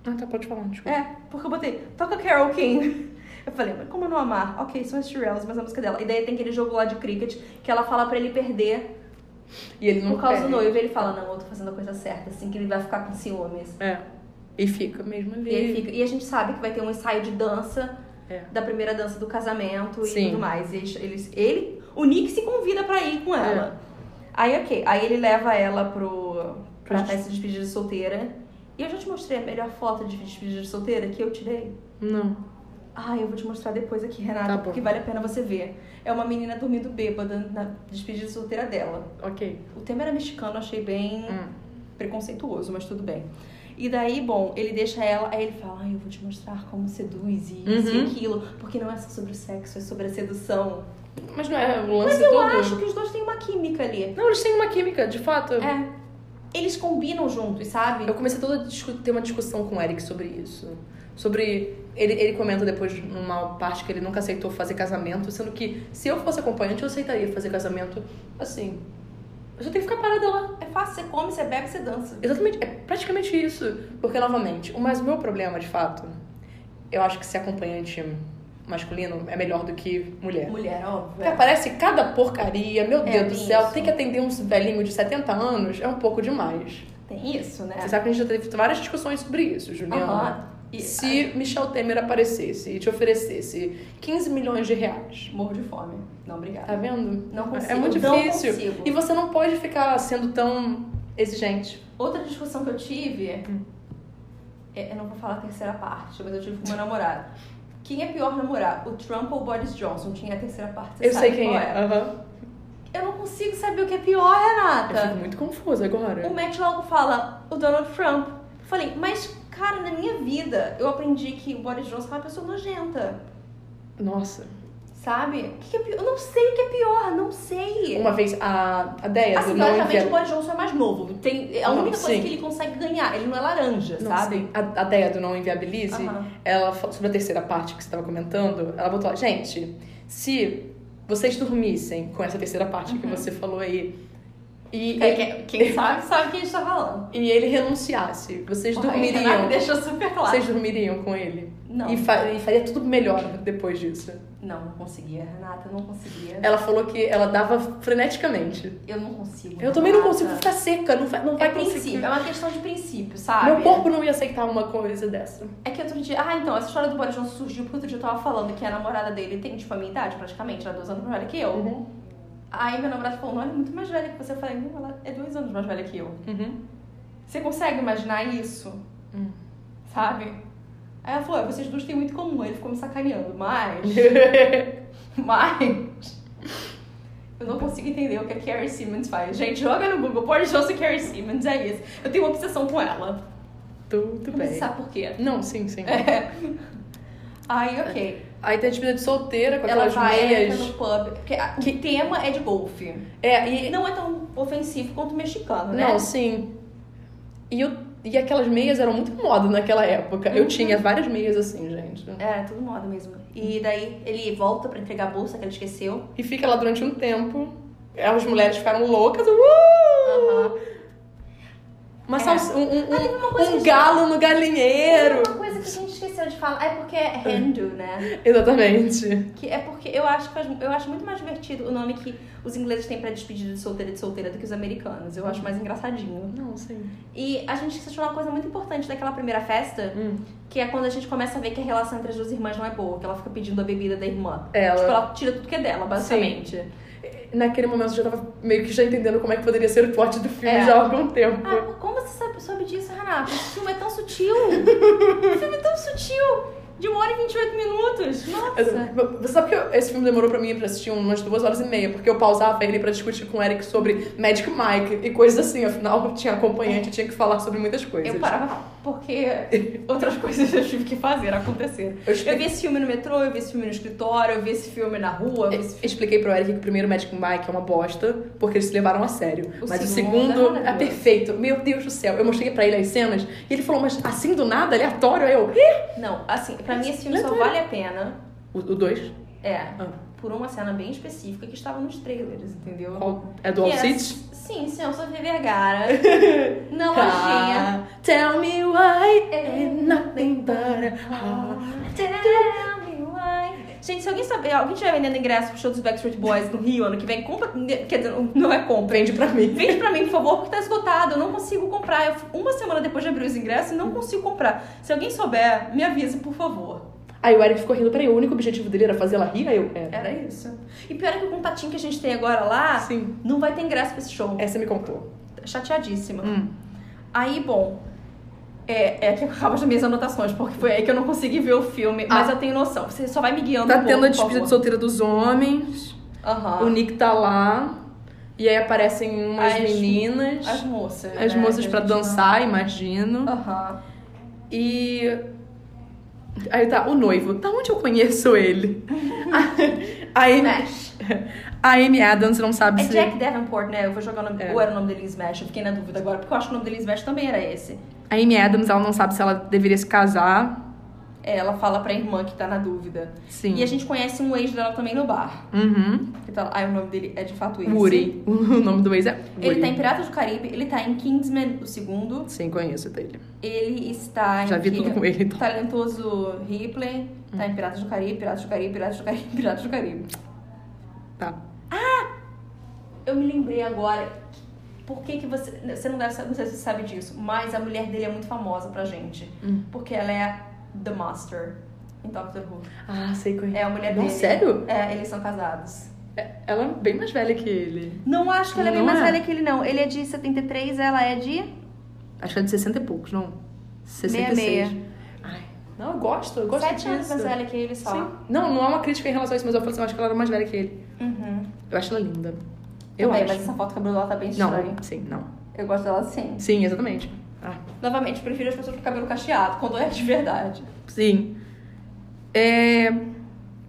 S2: Ah, tá, pode falar, desculpa.
S1: É, porque eu botei, toca Carol King. Eu falei, mas como eu não amar? Ok, são as Shirelles, mas a música dela. E daí tem aquele jogo lá de cricket que ela fala pra ele perder
S2: E ele não
S1: Por causa
S2: quer.
S1: do noivo, ele fala, não, eu tô fazendo a coisa certa, assim, que ele vai ficar com ciúmes.
S2: É. E fica mesmo ali.
S1: E, ele fica, e a gente sabe que vai ter um ensaio de dança,
S2: É.
S1: da primeira dança do casamento e
S2: Sim.
S1: tudo mais. E eles- eles- ele, o Nick se convida pra ir com ela. Aí, ok. Aí ele leva ela pro, pra
S2: É. Pra
S1: festa de despedida de solteira. E eu já te mostrei a melhor foto de despedida de solteira que eu tirei.
S2: Não.
S1: Ah, eu vou te mostrar depois aqui, Renata,
S2: Tá bom.
S1: porque vale a pena você ver. É uma menina dormindo bêbada na despedida de solteira dela.
S2: Ok.
S1: O tema era mexicano, achei bem
S2: Hum.
S1: preconceituoso, mas tudo bem. E daí, bom, ele deixa ela, aí ele fala, ai, eu vou te mostrar como seduz e isso
S2: Uhum.
S1: e aquilo, porque não é só sobre o sexo, é sobre a sedução.
S2: Mas não é o lance
S1: Eu
S2: todo.
S1: acho que os dois têm uma química ali.
S2: Não, eles têm uma química, de fato.
S1: É. Eles combinam juntos, sabe?
S2: Eu comecei toda a discu- ter uma discussão com o Eric sobre isso. Sobre. Ele, ele comenta depois numa parte que ele nunca aceitou fazer casamento, sendo que se eu fosse acompanhante, eu aceitaria fazer casamento assim. Eu só tenho que ficar parada lá.
S1: É fácil, você come, você bebe, você dança.
S2: Exatamente, é praticamente isso. Porque, novamente, o- mas o meu problema, de fato, eu acho que ser acompanhante masculino é melhor do que mulher.
S1: Mulher, óbvio.
S2: Porque aparece cada porcaria, meu
S1: É,
S2: Deus do
S1: tem
S2: céu,
S1: isso.
S2: tem que atender um velhinho de 70 anos, é um pouco demais.
S1: Tem isso, né?
S2: Você sabe que a gente já teve várias discussões sobre isso, Juliana.
S1: Aham. E
S2: Se Michel Temer aparecesse e te oferecesse 15 milhões de reais,
S1: morro de fome. Não, obrigada.
S2: tá vendo?
S1: Não consigo.
S2: é muito
S1: não
S2: difícil.
S1: consigo.
S2: E você não pode ficar sendo tão exigente.
S1: Outra discussão que eu tive.
S2: Hum.
S1: É, eu não vou falar a terceira parte, mas eu tive com meu namorado. Quem é pior namorar? O Trump ou o Boris Johnson? Tinha a terceira parte. Você
S2: eu
S1: sabe
S2: sei quem
S1: qual
S2: é. Aham.
S1: Eu não consigo saber o que é pior,
S2: Eu fico
S1: Renata.
S2: muito confusa agora.
S1: O Matt logo fala o Donald Trump. Eu falei, mas cara, na minha vida eu aprendi que o Boris Johnson é uma pessoa nojenta.
S2: Nossa.
S1: Sabe? O que que é pior? Eu não sei o que é pior, não sei.
S2: Uma vez a, a Deia
S1: Assim,
S2: do Não
S1: teoricamente o
S2: Entendo.
S1: Boris Johnson é mais novo. Tem, é a
S2: Não,
S1: única coisa
S2: sim.
S1: que ele consegue ganhar. Ele não é laranja,
S2: Não,
S1: sabe?
S2: sim. A, a Deia do Não Inviabilize,
S1: Aham.
S2: ela falou sobre a terceira parte que você estava comentando, ela botou, lá, gente, se vocês dormissem com essa terceira parte
S1: Uhum.
S2: que você falou aí, e,
S1: É, quem- Quem sabe, sabe o que a gente tá falando.
S2: e ele renunciasse, vocês
S1: Porra, é aí, Renata,
S2: dormiriam.
S1: Deixou super claro.
S2: Vocês dormiriam com ele.
S1: Não,
S2: E, fa- e faria tudo melhor depois disso.
S1: não, não conseguia, Renata, não conseguia.
S2: Ela falou que ela dava freneticamente.
S1: Eu não consigo.
S2: Eu também não
S1: Renata.
S2: consigo ficar seca, não vai, não
S1: É
S2: vai conseguir.
S1: princípio, é uma questão de princípio, sabe?
S2: Meu corpo não ia aceitar uma coisa dessa.
S1: É que outro dia. Ah, então, essa história do Boris Johnson surgiu porque outro dia eu tava falando que a namorada dele tem, tipo, a minha idade, praticamente, ela é dois anos mais velha que eu.
S2: Uhum.
S1: Aí meu namorado falou, não, ela é muito mais velha que você. Eu falei, não, ela é dois anos mais velha que eu. Você consegue imaginar isso?
S2: Hum.
S1: Sabe? Aí ela falou, "Ah, vocês duas têm muito em comum. Ele ficou me sacaneando, mas.
S2: Uhum.
S1: Mas eu não consigo entender o que a Carrie Simmons faz. Gente, joga no Google Boris Johnson e Carrie Simmons, é isso. Eu tenho uma obsessão com ela.
S2: Tudo
S1: Você
S2: bem.
S1: sabe por quê?
S2: Não, sim, sim.
S1: É. Aí, ok.
S2: Aí tem a despedida de solteira com
S1: Ela
S2: aquelas
S1: vai né, ela entra
S2: É. meias.
S1: no pub. Porque a- o tema é de golfe.
S2: É,
S1: E
S2: e.
S1: não é tão ofensivo quanto o mexicano, né?
S2: Não, sim. E, eu... e aquelas meias eram muito moda naquela época. Eu
S1: Uhum.
S2: tinha várias meias assim, gente.
S1: É, tudo moda mesmo. E daí ele volta pra entregar a bolsa que ele esqueceu.
S2: E fica lá durante um tempo. As mulheres ficaram loucas. Uh!
S1: Aham.
S2: Uma
S1: É.
S2: salsa- um, um-
S1: Tem uma coisa
S2: um
S1: que
S2: galo no galinheiro.
S1: Uma coisa que a gente esqueceu de falar é porque é Hindu, né?
S2: Exatamente.
S1: Que é porque eu acho, que faz- eu acho muito mais divertido o nome que os ingleses têm pra despedida de solteira e de solteira do que os americanos. Eu acho mais engraçadinho.
S2: Não, sim.
S1: E a gente esqueceu de uma coisa muito importante daquela primeira festa,
S2: Hum.
S1: que é quando a gente começa a ver que a relação entre as duas irmãs não é boa, que ela fica pedindo a bebida da irmã.
S2: Ela.
S1: Tipo, ela tira tudo que é dela, basicamente.
S2: Naquele momento eu já tava meio que já entendendo como é que poderia ser o plot do filme
S1: É.
S2: já há algum tempo.
S1: Ah, pô, como você sabe, soube disso, Renato? Esse filme é tão sutil. o filme é tão sutil. De uma hora e 28 minutos. Nossa.
S2: Eu- Você sabe que eu- esse filme demorou pra mim pra assistir umas duas horas e meia, porque eu pausava ele pra discutir com o Eric sobre Magic Mike e coisas assim. Afinal, eu tinha acompanhante, eu tinha que falar sobre muitas coisas.
S1: Eu parava porque outras coisas eu tive que fazer acontecer.
S2: Eu
S1: Eu
S2: expliquei,
S1: vi esse filme no metrô, eu vi esse filme no escritório, eu vi esse filme na rua. Eu vi esse...
S2: expliquei pro Eric que o primeiro Magic Mike é uma bosta, porque eles se levaram a sério.
S1: O
S2: mas o
S1: segundo é
S2: segundo é,
S1: maravilhoso.
S2: perfeito. Meu Deus do céu. Eu mostrei pra ele as cenas e ele falou, mas assim do nada, aleatório, Aí eu. "Ih!"
S1: Não, assim, pra mim esse filme só
S2: Letra-
S1: vale a pena.
S2: O, o dois?
S1: É.
S2: Ah.
S1: Por uma cena bem específica que estava nos trailers, entendeu?
S2: Qual- É do
S1: Que
S2: All
S1: é-
S2: City?
S1: Sim, sim, eu sou Vivi Vergara. na lojinha. É.
S2: Ah, Tell me why and nothing but a heart.
S1: Tell me why. Gente, se alguém saber, alguém estiver vendendo ingresso pro show dos Backstreet Boys no Rio ano que vem, compra. Quer dizer, não é compra.
S2: Vende pra mim.
S1: Vende pra mim, por favor, porque tá esgotado. Eu não consigo comprar. Eu, fico- uma semana depois de abrir os ingressos, não consigo comprar. Se alguém souber, me avisa, por favor.
S2: Aí o Eric ficou rindo, peraí, o único objetivo dele era fazer ela rir? Aí eu, "É, era.
S1: Era isso. Ah. E pior é que o contatinho que a gente tem agora lá,
S2: Sim.
S1: não vai ter ingresso pra esse show. É
S2: Essa me contou.
S1: Chateadíssima.
S2: Hum.
S1: Aí, bom. É, é que acabam as minhas anotações, porque foi aí que eu não consegui ver o filme, mas eu tenho noção. Você só vai me guiando um
S2: Ah. Tá
S1: pouco,
S2: tendo a
S1: por
S2: despedida de
S1: favor.
S2: solteira dos homens.
S1: Aham.
S2: O Nick tá lá. E aí aparecem umas
S1: As-
S2: meninas.
S1: As
S2: As,
S1: moças. né,
S2: moças
S1: que a
S2: pra
S1: gente
S2: dançar, imagino.
S1: não- Aham.
S2: E. Aí tá, o noivo. Da onde eu conheço ele? a, a, Amy,
S1: Smash.
S2: a Amy Adams não sabe
S1: É
S2: se.
S1: Jack Davenport, né? Eu vou jogar o nome.
S2: É.
S1: Ou era o nome dele em Smash? Eu fiquei na dúvida agora, porque eu acho que o nome dele em Smash também era esse.
S2: A Amy Adams, ela não sabe se ela deveria se casar.
S1: É, ela fala pra irmã que tá na dúvida.
S2: Sim.
S1: E a gente conhece um ex dela também no bar.
S2: Uhum.
S1: Que tá... Aí o nome dele é de fato esse.
S2: Woody. O nome do ex é Woody.
S1: Ele tá em Piratas do Caribe, ele tá em Kingsman, o segundo.
S2: Sim, conheço dele.
S1: Ele está em.
S2: Já vi
S1: quê?
S2: tudo com ele, então.
S1: Talentoso Ripley, tá em Piratas do Caribe, Piratas do Caribe, Piratas do Caribe, Piratas do Caribe. Ah!
S2: Tá.
S1: Eu me lembrei agora, por que que você... Você não deve saber, não sei se você sabe disso, mas a mulher dele é muito famosa pra gente.
S2: Hum.
S1: Porque ela é The Master em Doctor Who.
S2: Ah, sei conheço.
S1: É a mulher
S2: Não,
S1: dele.
S2: sério?
S1: É, eles são casados.
S2: Ela é bem mais velha que ele.
S1: Não acho que ela é bem
S2: Não
S1: mais
S2: é?
S1: velha que ele, não. Ele é de 73, ela é de...
S2: Acho que é de 60 e poucos, não? 66.
S1: Meia,
S2: Ai. Não, eu gosto, eu gosto
S1: Sete
S2: disso.
S1: anos mais velha que ele só.
S2: Sim. Não, não é uma crítica em relação a isso, mas eu falo assim, eu acho que ela era mais velha que ele.
S1: Uhum.
S2: Eu acho ela linda. Eu
S1: Também,
S2: acho.
S1: Mas essa foto do cabelo dela tá bem estranha.
S2: Não, sim, não.
S1: Eu gosto dela assim.
S2: Sim, exatamente. Ah,
S1: Novamente, prefiro as pessoas com cabelo cacheado, quando é de verdade.
S2: sim. É...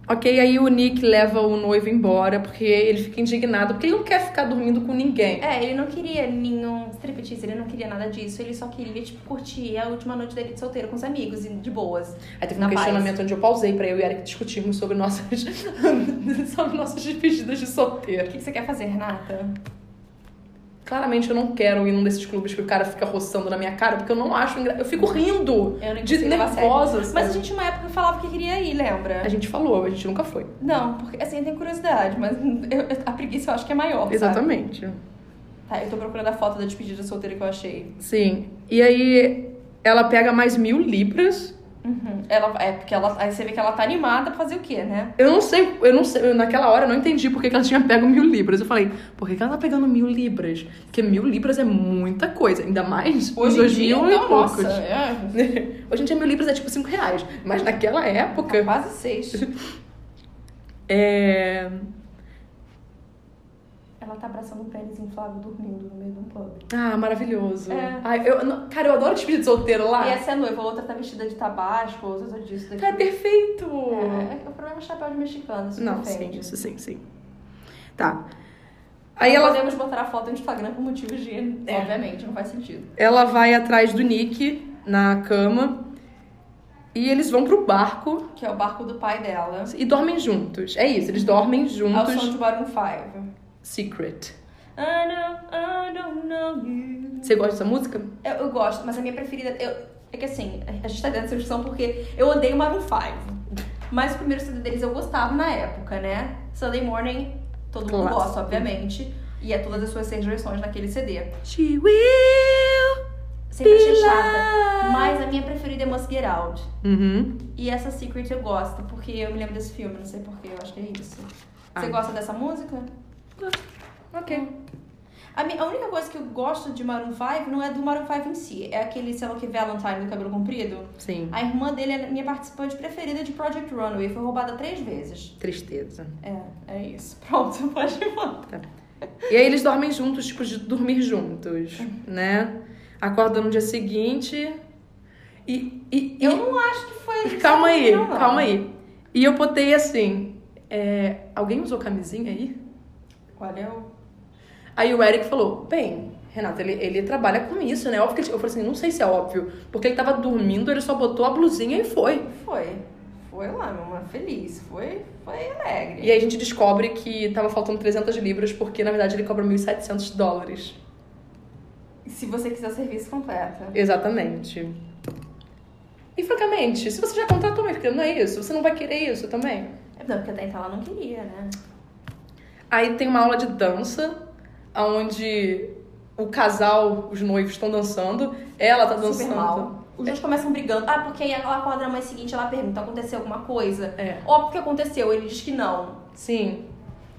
S2: Ok, aí o Nick leva o noivo embora, porque ele fica indignado, porque ele não quer ficar dormindo com ninguém.
S1: É, ele não queria nenhum striptease, ele não queria nada disso. Ele só queria, tipo, curtir a última noite dele de solteiro com os amigos e de boas.
S2: Aí teve um
S1: Na paz.
S2: questionamento onde eu pausei pra eu e Eric discutirmos sobre nossas, sobre nossas despedidas de solteiro.
S1: O que que você quer fazer, Renata?
S2: Claramente eu não quero ir num desses clubes que o cara fica roçando na minha cara, porque eu não acho engra... Eu fico rindo.
S1: Eu não
S2: De
S1: consigo levar a sério.
S2: nervosa. sabe?
S1: Mas a gente, uma época, falava que queria ir, lembra?
S2: A gente falou, a gente nunca foi.
S1: Não, porque assim, tem curiosidade, mas eu- a preguiça eu acho que é maior. sabe?
S2: Exatamente.
S1: Tá, eu tô procurando a foto da despedida solteira que eu achei.
S2: Sim. E aí ela pega mais mil libras.
S1: Uhum. Ela, é, porque ela, aí você vê que ela tá animada pra fazer o quê, né?
S2: Eu não sei, eu não sei, eu, naquela hora eu não entendi por que que ela tinha pego mil libras. Eu falei, por que, que ela tá pegando mil libras? Porque mil libras é muita coisa, ainda mais
S1: Hoje
S2: em
S1: em
S2: dois
S1: dia,
S2: mil
S1: então,
S2: e poucos.
S1: nossa, é,
S2: Hoje em dia mil libras é tipo cinco reais, mas naquela época...
S1: tá quase seis.
S2: É...
S1: Ela tá abraçando um pênis inflável dormindo no meio de um pub.
S2: Ah, maravilhoso.
S1: É.
S2: Ai, eu, não- cara, eu adoro despedida de solteiro lá.
S1: E essa é a noiva, a outra tá vestida de tabasco, a outra tá disso, daqui.
S2: Tá perfeito.
S1: É, é- o problema é chapéu de mexicano, isso
S2: Não,
S1: me
S2: sim,
S1: ofende.
S2: isso sim, sim. Tá.
S1: Aí É.
S2: Aí ela,
S1: Podemos botar a foto no Instagram por motivos de... Obviamente, não faz sentido.
S2: ela vai atrás do Nick na cama e eles vão pro barco
S1: Que é o barco do pai dela.
S2: e dormem juntos. É isso, eles dormem
S1: Ao
S2: juntos.
S1: som de Maroon 5.
S2: Secret.
S1: I know, I don't know you.
S2: Você gosta dessa música?
S1: Eu, eu gosto, mas a minha preferida... eu- é que assim, a gente tá dentro dessa discussão porque eu odeio Maroon 5. Mas o primeiro CD deles eu gostava na época, né? Sunday Morning, todo mundo
S2: Clássico.
S1: gosta, obviamente. E é todas as suas seis versões naquele CD.
S2: She will.
S1: Sempre achei
S2: be
S1: chata.
S2: loved.
S1: Mas a minha preferida é Musk Get Out.
S2: Uhum.
S1: E essa Secret eu gosto, porque eu me lembro desse filme, não sei porquê, eu acho que é isso. Você
S2: Ah.
S1: gosta dessa música?
S2: Ok.
S1: A, mi- a única coisa que eu gosto de Maroon 5 não é do Maroon 5 em si, é aquele, sei lá o que, Valentine do cabelo comprido.
S2: Sim.
S1: A irmã dele é minha participante preferida de Project Runway, foi roubada três vezes.
S2: Tristeza.
S1: É, é isso. Pronto, pode mandar.
S2: E aí eles dormem juntos, tipo, de dormir juntos, né? Acordam no dia seguinte. E. e, e-
S1: Eu não acho que foi.
S2: calma aí,
S1: não, não.
S2: calma aí. E eu botei assim. é, alguém usou camisinha aí?
S1: Olha, eu.
S2: Aí o Eric falou: bem, Renata, ele, ele trabalha com isso, né? Óbvio que ele- eu falei assim, não sei se é óbvio. Porque ele tava dormindo, ele só botou a blusinha e foi.
S1: Foi. Foi lá, meu amor, feliz. Foi, foi alegre.
S2: E aí a gente descobre que tava faltando 300 libras, porque na verdade ele cobra 1.700 dólares.
S1: Se você quiser o serviço completo.
S2: Exatamente. E francamente, se você já contratou minha filha, não é isso? Você não vai querer isso também?
S1: É Não, porque até então ela não queria, né?
S2: Aí tem uma aula de dança, onde o casal, os noivos, estão dançando, ela tá dançando.
S1: Super mal. Os dois começam brigando. Ah, porque aí ela acorda na manhã seguinte, ela pergunta, aconteceu alguma coisa?
S2: É.
S1: Ó, porque aconteceu? Ele diz que não.
S2: Sim.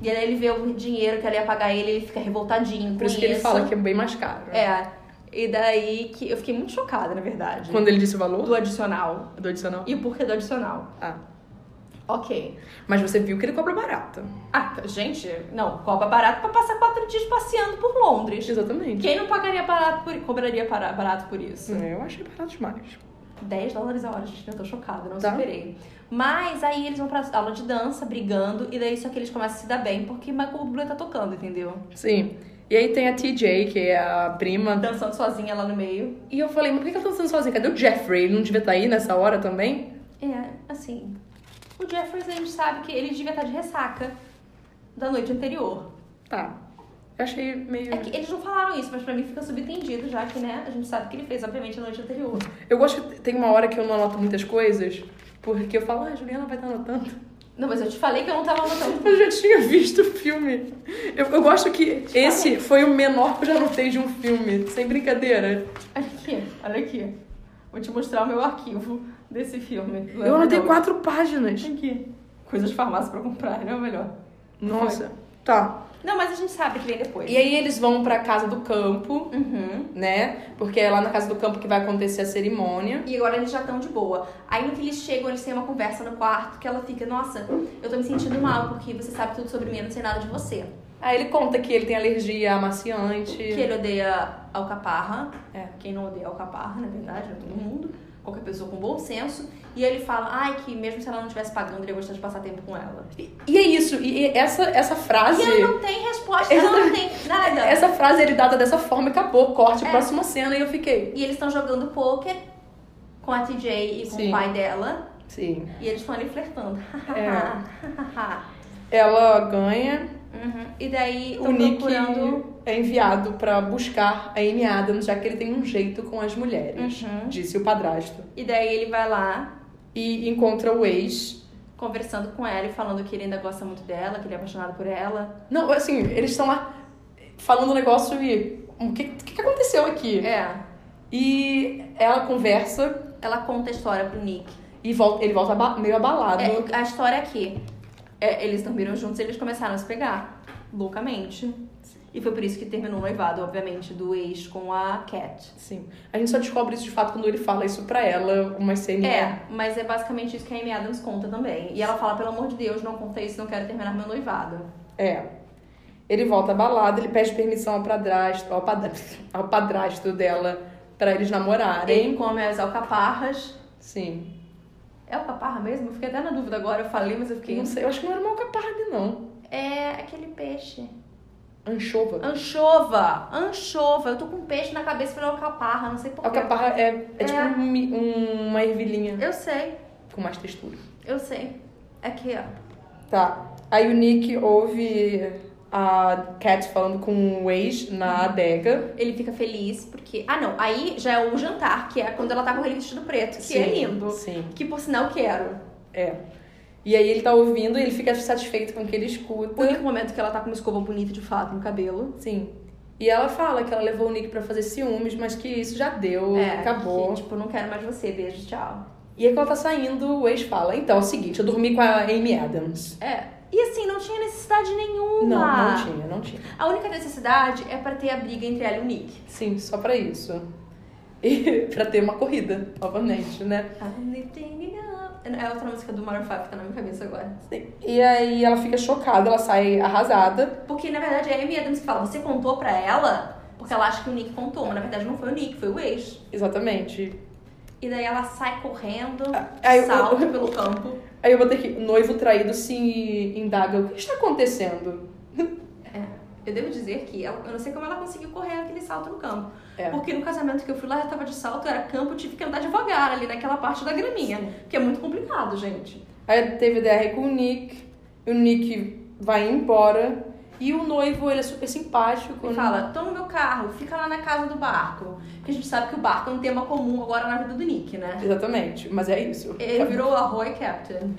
S1: E aí ele vê o dinheiro que ela ia pagar ele, ele fica revoltadinho
S2: Por
S1: com
S2: isso que ele fala que é bem mais caro. né?
S1: É. E daí que eu fiquei muito chocada, na verdade.
S2: Quando ele disse o valor
S1: Do adicional.
S2: do adicional.
S1: E o porquê do adicional.
S2: Ah.
S1: Ok.
S2: Mas você viu que ele cobra barato.
S1: Ah, tá, gente, não, cobra barato pra passar quatro dias passeando por Londres.
S2: Exatamente.
S1: Quem não pagaria barato por cobraria para- barato por isso?
S2: É, Eu achei barato demais.
S1: 10 dólares a hora, gente, eu tô chocada, não
S2: Tá.
S1: superei. Mas aí eles vão pra aula de dança, brigando, e daí só que eles começam a se dar bem, porque Michael Bublé tá tocando, entendeu?
S2: Sim. E aí tem a TJ, que é a prima.
S1: Dançando sozinha lá no meio.
S2: E eu falei, mas por que ela tá dançando sozinha? Cadê o Jeffrey? Ele não devia estar aí nessa hora também?
S1: É, assim, o Jeffers a gente sabe que ele devia estar de ressaca da noite anterior.
S2: Tá. Eu achei meio.
S1: É que eles não falaram isso, mas pra mim fica subentendido, já que, né, a gente sabe o que ele fez, obviamente, na noite anterior.
S2: Eu gosto que tem uma hora que eu não anoto muitas coisas, porque eu falo, ah, a Juliana vai estar anotando.
S1: Não, mas eu te falei que eu não tava anotando.
S2: Eu já tinha visto o filme. Eu, eu gosto que
S1: Tipo,
S2: esse foi o menor que eu já anotei de um filme. Sem brincadeira.
S1: Olha aqui, olha aqui. Vou te mostrar o meu arquivo desse filme.
S2: Eu anotei quatro páginas.
S1: Aqui. Coisas de farmácia pra comprar, não é melhor?
S2: Nossa. Tá.
S1: Não, mas a gente sabe que vem depois.
S2: E é- aí eles vão pra casa do campo,
S1: Uhum.
S2: né? Porque é lá na casa do campo que vai acontecer a cerimônia.
S1: E agora eles já estão de boa. Aí no que eles chegam, eles têm uma conversa no quarto que ela fica, nossa, eu tô me sentindo mal, porque você sabe tudo sobre mim, eu não sei nada de você.
S2: Aí ele conta que ele tem alergia a maciante.
S1: Que ele odeia alcaparra.
S2: É.
S1: Quem não odeia alcaparra, na verdade, é todo mundo. Qualquer pessoa com bom senso. E aí ele fala, ai, que mesmo se ela não estivesse pagando, ele ia gostar de passar tempo com ela.
S2: E é isso. E e essa, essa frase...
S1: E ela não tem resposta, ela não tem nada.
S2: Essa frase ele dada dessa forma e acabou. Corte,
S1: É.
S2: próxima cena. E eu fiquei...
S1: E eles estão jogando poker com a TJ e com
S2: Sim.
S1: o pai dela.
S2: Sim.
S1: E eles estão ali flertando.
S2: É. Ela ganha...
S1: Uhum. E daí
S2: o
S1: estão
S2: Nick
S1: procurando.
S2: é enviado pra buscar a Amy Adams, já que ele tem um jeito com as mulheres,
S1: Uhum.
S2: disse o padrasto.
S1: E daí ele vai lá
S2: E encontra o ex.
S1: conversando com ela e falando que ele ainda gosta muito dela, que ele é apaixonado por ela.
S2: Não, assim, eles estão lá falando um negócio e. O que, o que que aconteceu aqui?
S1: É.
S2: E ela conversa
S1: Ela conta a história pro Nick.
S2: e volta, ele volta aba- meio abalado.
S1: É, a história é que é, eles dormiram juntos e eles começaram a se pegar loucamente. E foi por isso que terminou o noivado, obviamente, do ex com a Cat.
S2: Sim. A gente só descobre isso de fato quando ele fala isso pra ela, uma cena.
S1: É, mas é basicamente isso que a Amy Adams conta também. E ela fala, pelo amor de Deus, não conta isso, não quero terminar meu noivado.
S2: É. Ele volta abalado, ele pede permissão ao padrasto, ao padrasto, ao padrasto dela pra eles namorarem.
S1: Ele come as alcaparras.
S2: Sim.
S1: É alcaparra mesmo? Eu fiquei até na dúvida agora, eu falei, mas eu
S2: Eu
S1: fiquei...
S2: Não sei, eu acho que não era uma alcaparra, não.
S1: É aquele peixe.
S2: Anchova.
S1: Anchova! Anchova! Eu tô com um peixe na cabeça e falei alcaparra, não sei porquê.
S2: Alcaparra é, é, tipo um mi- um- uma ervilhinha
S1: Eu sei,
S2: com mais textura.
S1: eu sei. Aqui, ó.
S2: Tá. Aí o Nick ouve a Cat falando com o ex na adega.
S1: Ele fica feliz porque... Ah, não. Aí já é o jantar, que é quando ela tá com aquele vestido preto, que é lindo.
S2: Sim.
S1: Que, por sinal, eu quero.
S2: É. E aí ele tá ouvindo e ele fica satisfeito com o que ele escuta.
S1: O único momento que ela tá com uma escova bonita, de fato, no cabelo.
S2: Sim. E ela fala que ela levou o Nick pra fazer ciúmes, mas que isso já deu, acabou.
S1: que, tipo, não quero mais você, beijo, tchau.
S2: E aí quando ela tá saindo, o ex fala, então é o seguinte, eu dormi com a Amy Adams.
S1: É. E assim, não tinha necessidade nenhuma.
S2: Não, não tinha, não tinha.
S1: A única necessidade é pra ter a briga entre ela e o Nick.
S2: Sim, só pra isso. E pra ter uma corrida, novamente, né?
S1: I'm lifting it up. É outra música do Maroon 5 que tá na minha cabeça agora.
S2: E aí ela fica chocada, ela sai arrasada.
S1: Porque, na verdade, é a Amy Adams que fala, você contou pra ela? Porque ela acha que o Nick contou, mas na verdade não foi o Nick, foi o ex.
S2: Exatamente.
S1: E daí ela sai correndo,
S2: Ah, aí eu-
S1: salta pelo campo.
S2: Aí eu botei aqui, noivo traído se indaga, o que está acontecendo?
S1: Eu devo dizer que ela- eu não sei como ela conseguiu correr aquele salto no campo.
S2: É.
S1: Porque no casamento que eu fui lá, eu tava de salto, era campo, eu tive que andar devagar ali naquela parte da graminha. Que é muito complicado, gente.
S2: Aí teve DR com o Nick, o Nick vai embora. E o noivo, ele é super simpático.
S1: E
S2: né?
S1: fala, toma meu carro, fica lá na casa do barco. Porque a gente sabe que o barco é um tema comum agora na vida do Nick, né?
S2: Exatamente, mas é isso.
S1: Ele virou a Roy Captain.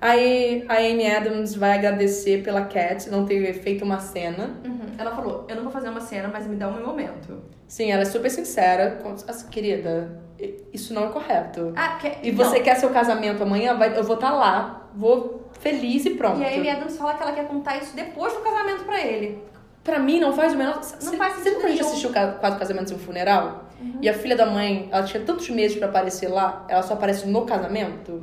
S2: Aí a Amy Adams vai agradecer pela Cat não ter feito uma cena.
S1: Uhum. Ela falou, eu não vou fazer uma cena, mas me dá um meu momento.
S2: Sim, ela é super sincera. com- Assim, querida, isso não é correto.
S1: Ah, que...
S2: E
S1: não.
S2: você quer seu casamento amanhã? Vai- eu vou estar lá. Vou feliz e pronto.
S1: então, E a Amy Adams fala que ela quer contar isso depois do casamento pra ele.
S2: Pra mim, não faz o menor. Não
S1: faz
S2: Você
S1: sentido
S2: nunca a gente
S1: nenhum. Uhum.
S2: assistiu Ca- Quatro Casamentos e um Funeral? E a filha da mãe, ela tinha tantos meses pra aparecer lá, ela só aparece no casamento?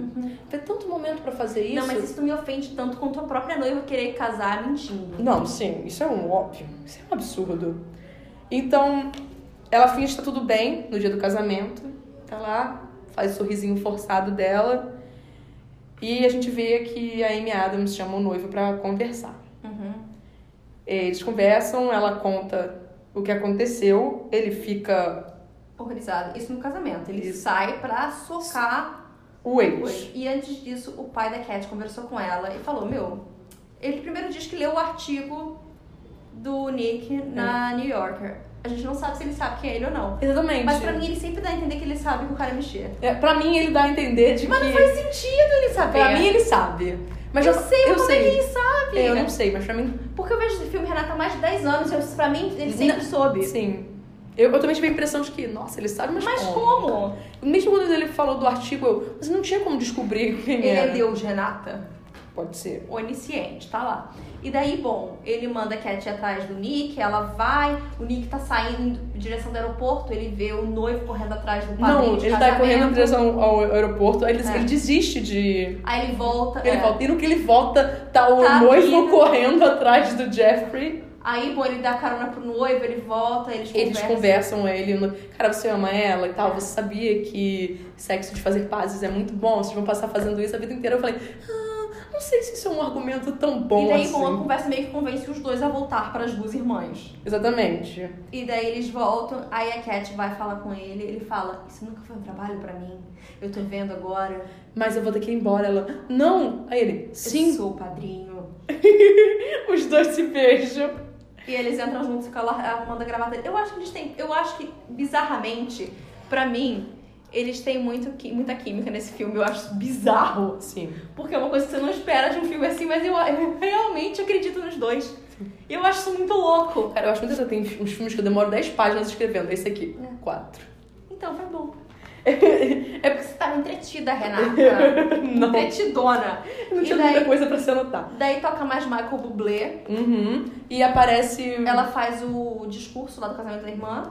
S2: Tem tanto momento pra fazer isso.
S1: Uhum. Não, mas isso me ofende tanto quanto a própria noiva querer casar mentindo.
S2: Não, sim, isso é um óbvio, isso é um absurdo. Então, ela finge que tá tudo bem no dia do casamento, tá lá, faz o sorrisinho forçado dela, e a gente vê que a Amy Adams chama o noivo pra conversar.
S1: Uhum.
S2: Eles conversam, ela conta o que aconteceu, ele fica
S1: Horrorizada. Isso no casamento. Ele
S2: Isso.
S1: sai pra socar
S2: o
S1: o
S2: ex.
S1: ex. E antes disso, o pai da Cat conversou com ela e falou: Meu, ele primeiro diz que leu o artigo do Nick na
S2: É.
S1: New Yorker. A gente não sabe se ele sabe quem é ele ou não.
S2: Exatamente.
S1: Mas pra mim, ele sempre dá a entender que ele sabe que o cara é mexer.
S2: É, pra mim, ele dá a entender de
S1: Mas
S2: que...
S1: não faz sentido ele saber.
S2: Pra mim, ele sabe. Mas
S1: eu,
S2: já-
S1: sei
S2: É, eu
S1: como
S2: sei.
S1: é que ele sabe.
S2: É, Eu não sei, mas pra mim
S1: Porque eu vejo esse filme, Renata, há mais de 10 anos. Eu, pra mim, ele sempre
S2: Não.
S1: soube.
S2: Sim. Eu, eu também tive a impressão de que, nossa, ele sabe, mas,
S1: Mas
S2: como?
S1: como?
S2: Mesmo quando ele falou do artigo, eu, mas não tinha como descobrir quem
S1: Ele
S2: era.
S1: é Deus, Renata.
S2: Pode ser.
S1: Onisciente, tá lá. E daí, bom, ele manda a Cat ir atrás do Nick, ela vai, o Nick tá saindo em direção do aeroporto, ele vê o noivo correndo atrás do padrinho
S2: não,
S1: de
S2: ele tá
S1: casamento.
S2: correndo em direção ao aeroporto, aí ele,
S1: É.
S2: ele desiste de.
S1: Aí ele volta.
S2: Ele
S1: é.
S2: volta. E no que ele volta, tá o
S1: Tá
S2: noivo
S1: vindo.
S2: correndo atrás do Jeffrey.
S1: Aí, bom, ele dá carona pro noivo, ele volta, eles,
S2: Eles conversam, ele. o noivo, Cara, você ama ela e tal. Você sabia que sexo de fazer pazes é muito bom? Vocês vão passar fazendo isso a vida inteira. Eu falei, ah, não sei se isso é um argumento tão bom
S1: E daí,
S2: assim.
S1: bom, a conversa meio que convence os dois a voltar para as duas irmãs.
S2: Exatamente.
S1: E daí eles voltam, aí a Cat vai falar com ele, ele fala, isso nunca foi um trabalho pra mim, eu tô vendo agora,
S2: Mas eu vou ter que ir embora. Ela, não! Aí ele,
S1: eu
S2: sim.
S1: sou o padrinho.
S2: Os dois se beijam.
S1: E eles entram juntos e ficam lá arrumando a gravata. Eu acho que eles têm, eu acho que, bizarramente, pra mim, eles têm muito, qui- muita química nesse filme, eu acho isso bizarro.
S2: Ah, Sim.
S1: Porque é uma coisa que você não espera de um filme assim, mas eu, eu realmente acredito nos dois. E eu acho isso muito louco.
S2: Cara, eu acho muito que tem uns filmes que eu demoro 10 páginas escrevendo. Esse aqui, um, quatro.
S1: Então, foi bom.
S2: é
S1: Porque você tava entretida, Renata.
S2: Não.
S1: Entretidona.
S2: Não
S1: E
S2: tinha
S1: daí-
S2: muita coisa pra se anotar.
S1: Daí toca mais Michael Bublé.
S2: Uhum. E aparece.
S1: Ela faz o discurso lá do casamento da irmã.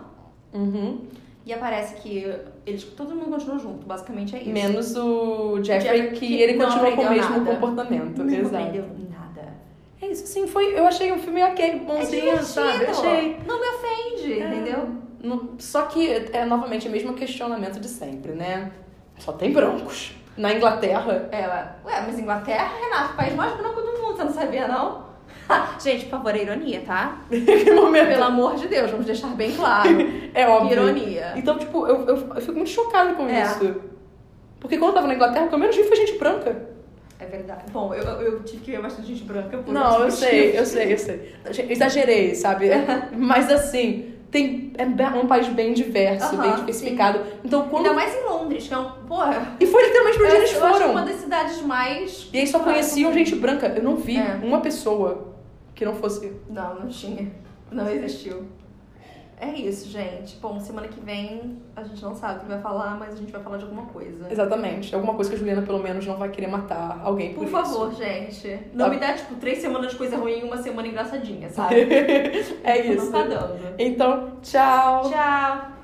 S2: Uhum.
S1: E aparece que eles, todo mundo continua junto. Basicamente é isso.
S2: Menos o Jeffrey,
S1: Jeffrey
S2: que
S1: que
S2: ele
S1: não
S2: continua com o
S1: aprendeu
S2: mesmo
S1: nada.
S2: comportamento.
S1: Não
S2: Exato.
S1: aprendeu nada.
S2: É isso, sim, foi. Eu achei um filme ok,
S1: É
S2: bonzinho,
S1: divertido.
S2: sabe? Achei.
S1: Não me ofende,
S2: É.
S1: entendeu?
S2: Não- Só que é novamente o mesmo questionamento de sempre, né? Só tem brancos. Na Inglaterra,
S1: É, ué, ué, mas Inglaterra, Renata, o país mais branco do mundo. Você não sabia, não? Gente, por favor, é ironia, tá?
S2: Que um momento.
S1: Pelo amor de Deus, vamos deixar bem claro.
S2: É óbvio.
S1: Ironia.
S2: Então, tipo, eu, eu, eu fico muito chocada com
S1: É.
S2: isso. Porque quando eu tava na Inglaterra, o que eu menos vi foi gente branca.
S1: É verdade. Bom, eu, eu tive que ver bastante gente branca. Por
S2: Não, eu
S1: outros
S2: sei,
S1: motivos.
S2: eu sei, eu sei. Exagerei, sabe? Mas assim, tem, é be- um país bem diverso, bem
S1: Aham,
S2: diversificado. Então, quando.
S1: Ainda mais em Londres, que é um. Porra.
S2: E foi literalmente pra onde
S1: eu,
S2: eles
S1: eu acho que é uma
S2: foram.
S1: das cidades mais.
S2: E eles só conheciam gente branca. Eu não vi
S1: É.
S2: uma pessoa que não fosse.
S1: Não, não tinha. Não existiu. É isso, gente. Bom, semana que vem a gente não sabe o que vai falar, mas a gente vai falar de alguma coisa.
S2: Exatamente. Alguma coisa que a Juliana, pelo menos, não vai querer matar alguém por,
S1: Por
S2: isso.
S1: favor, gente. Não
S2: Tá.
S1: me dá, tipo, três semanas de coisa ruim e uma semana engraçadinha, sabe?
S2: é
S1: Não
S2: isso.
S1: tá dando.
S2: Então, tchau.
S1: Tchau!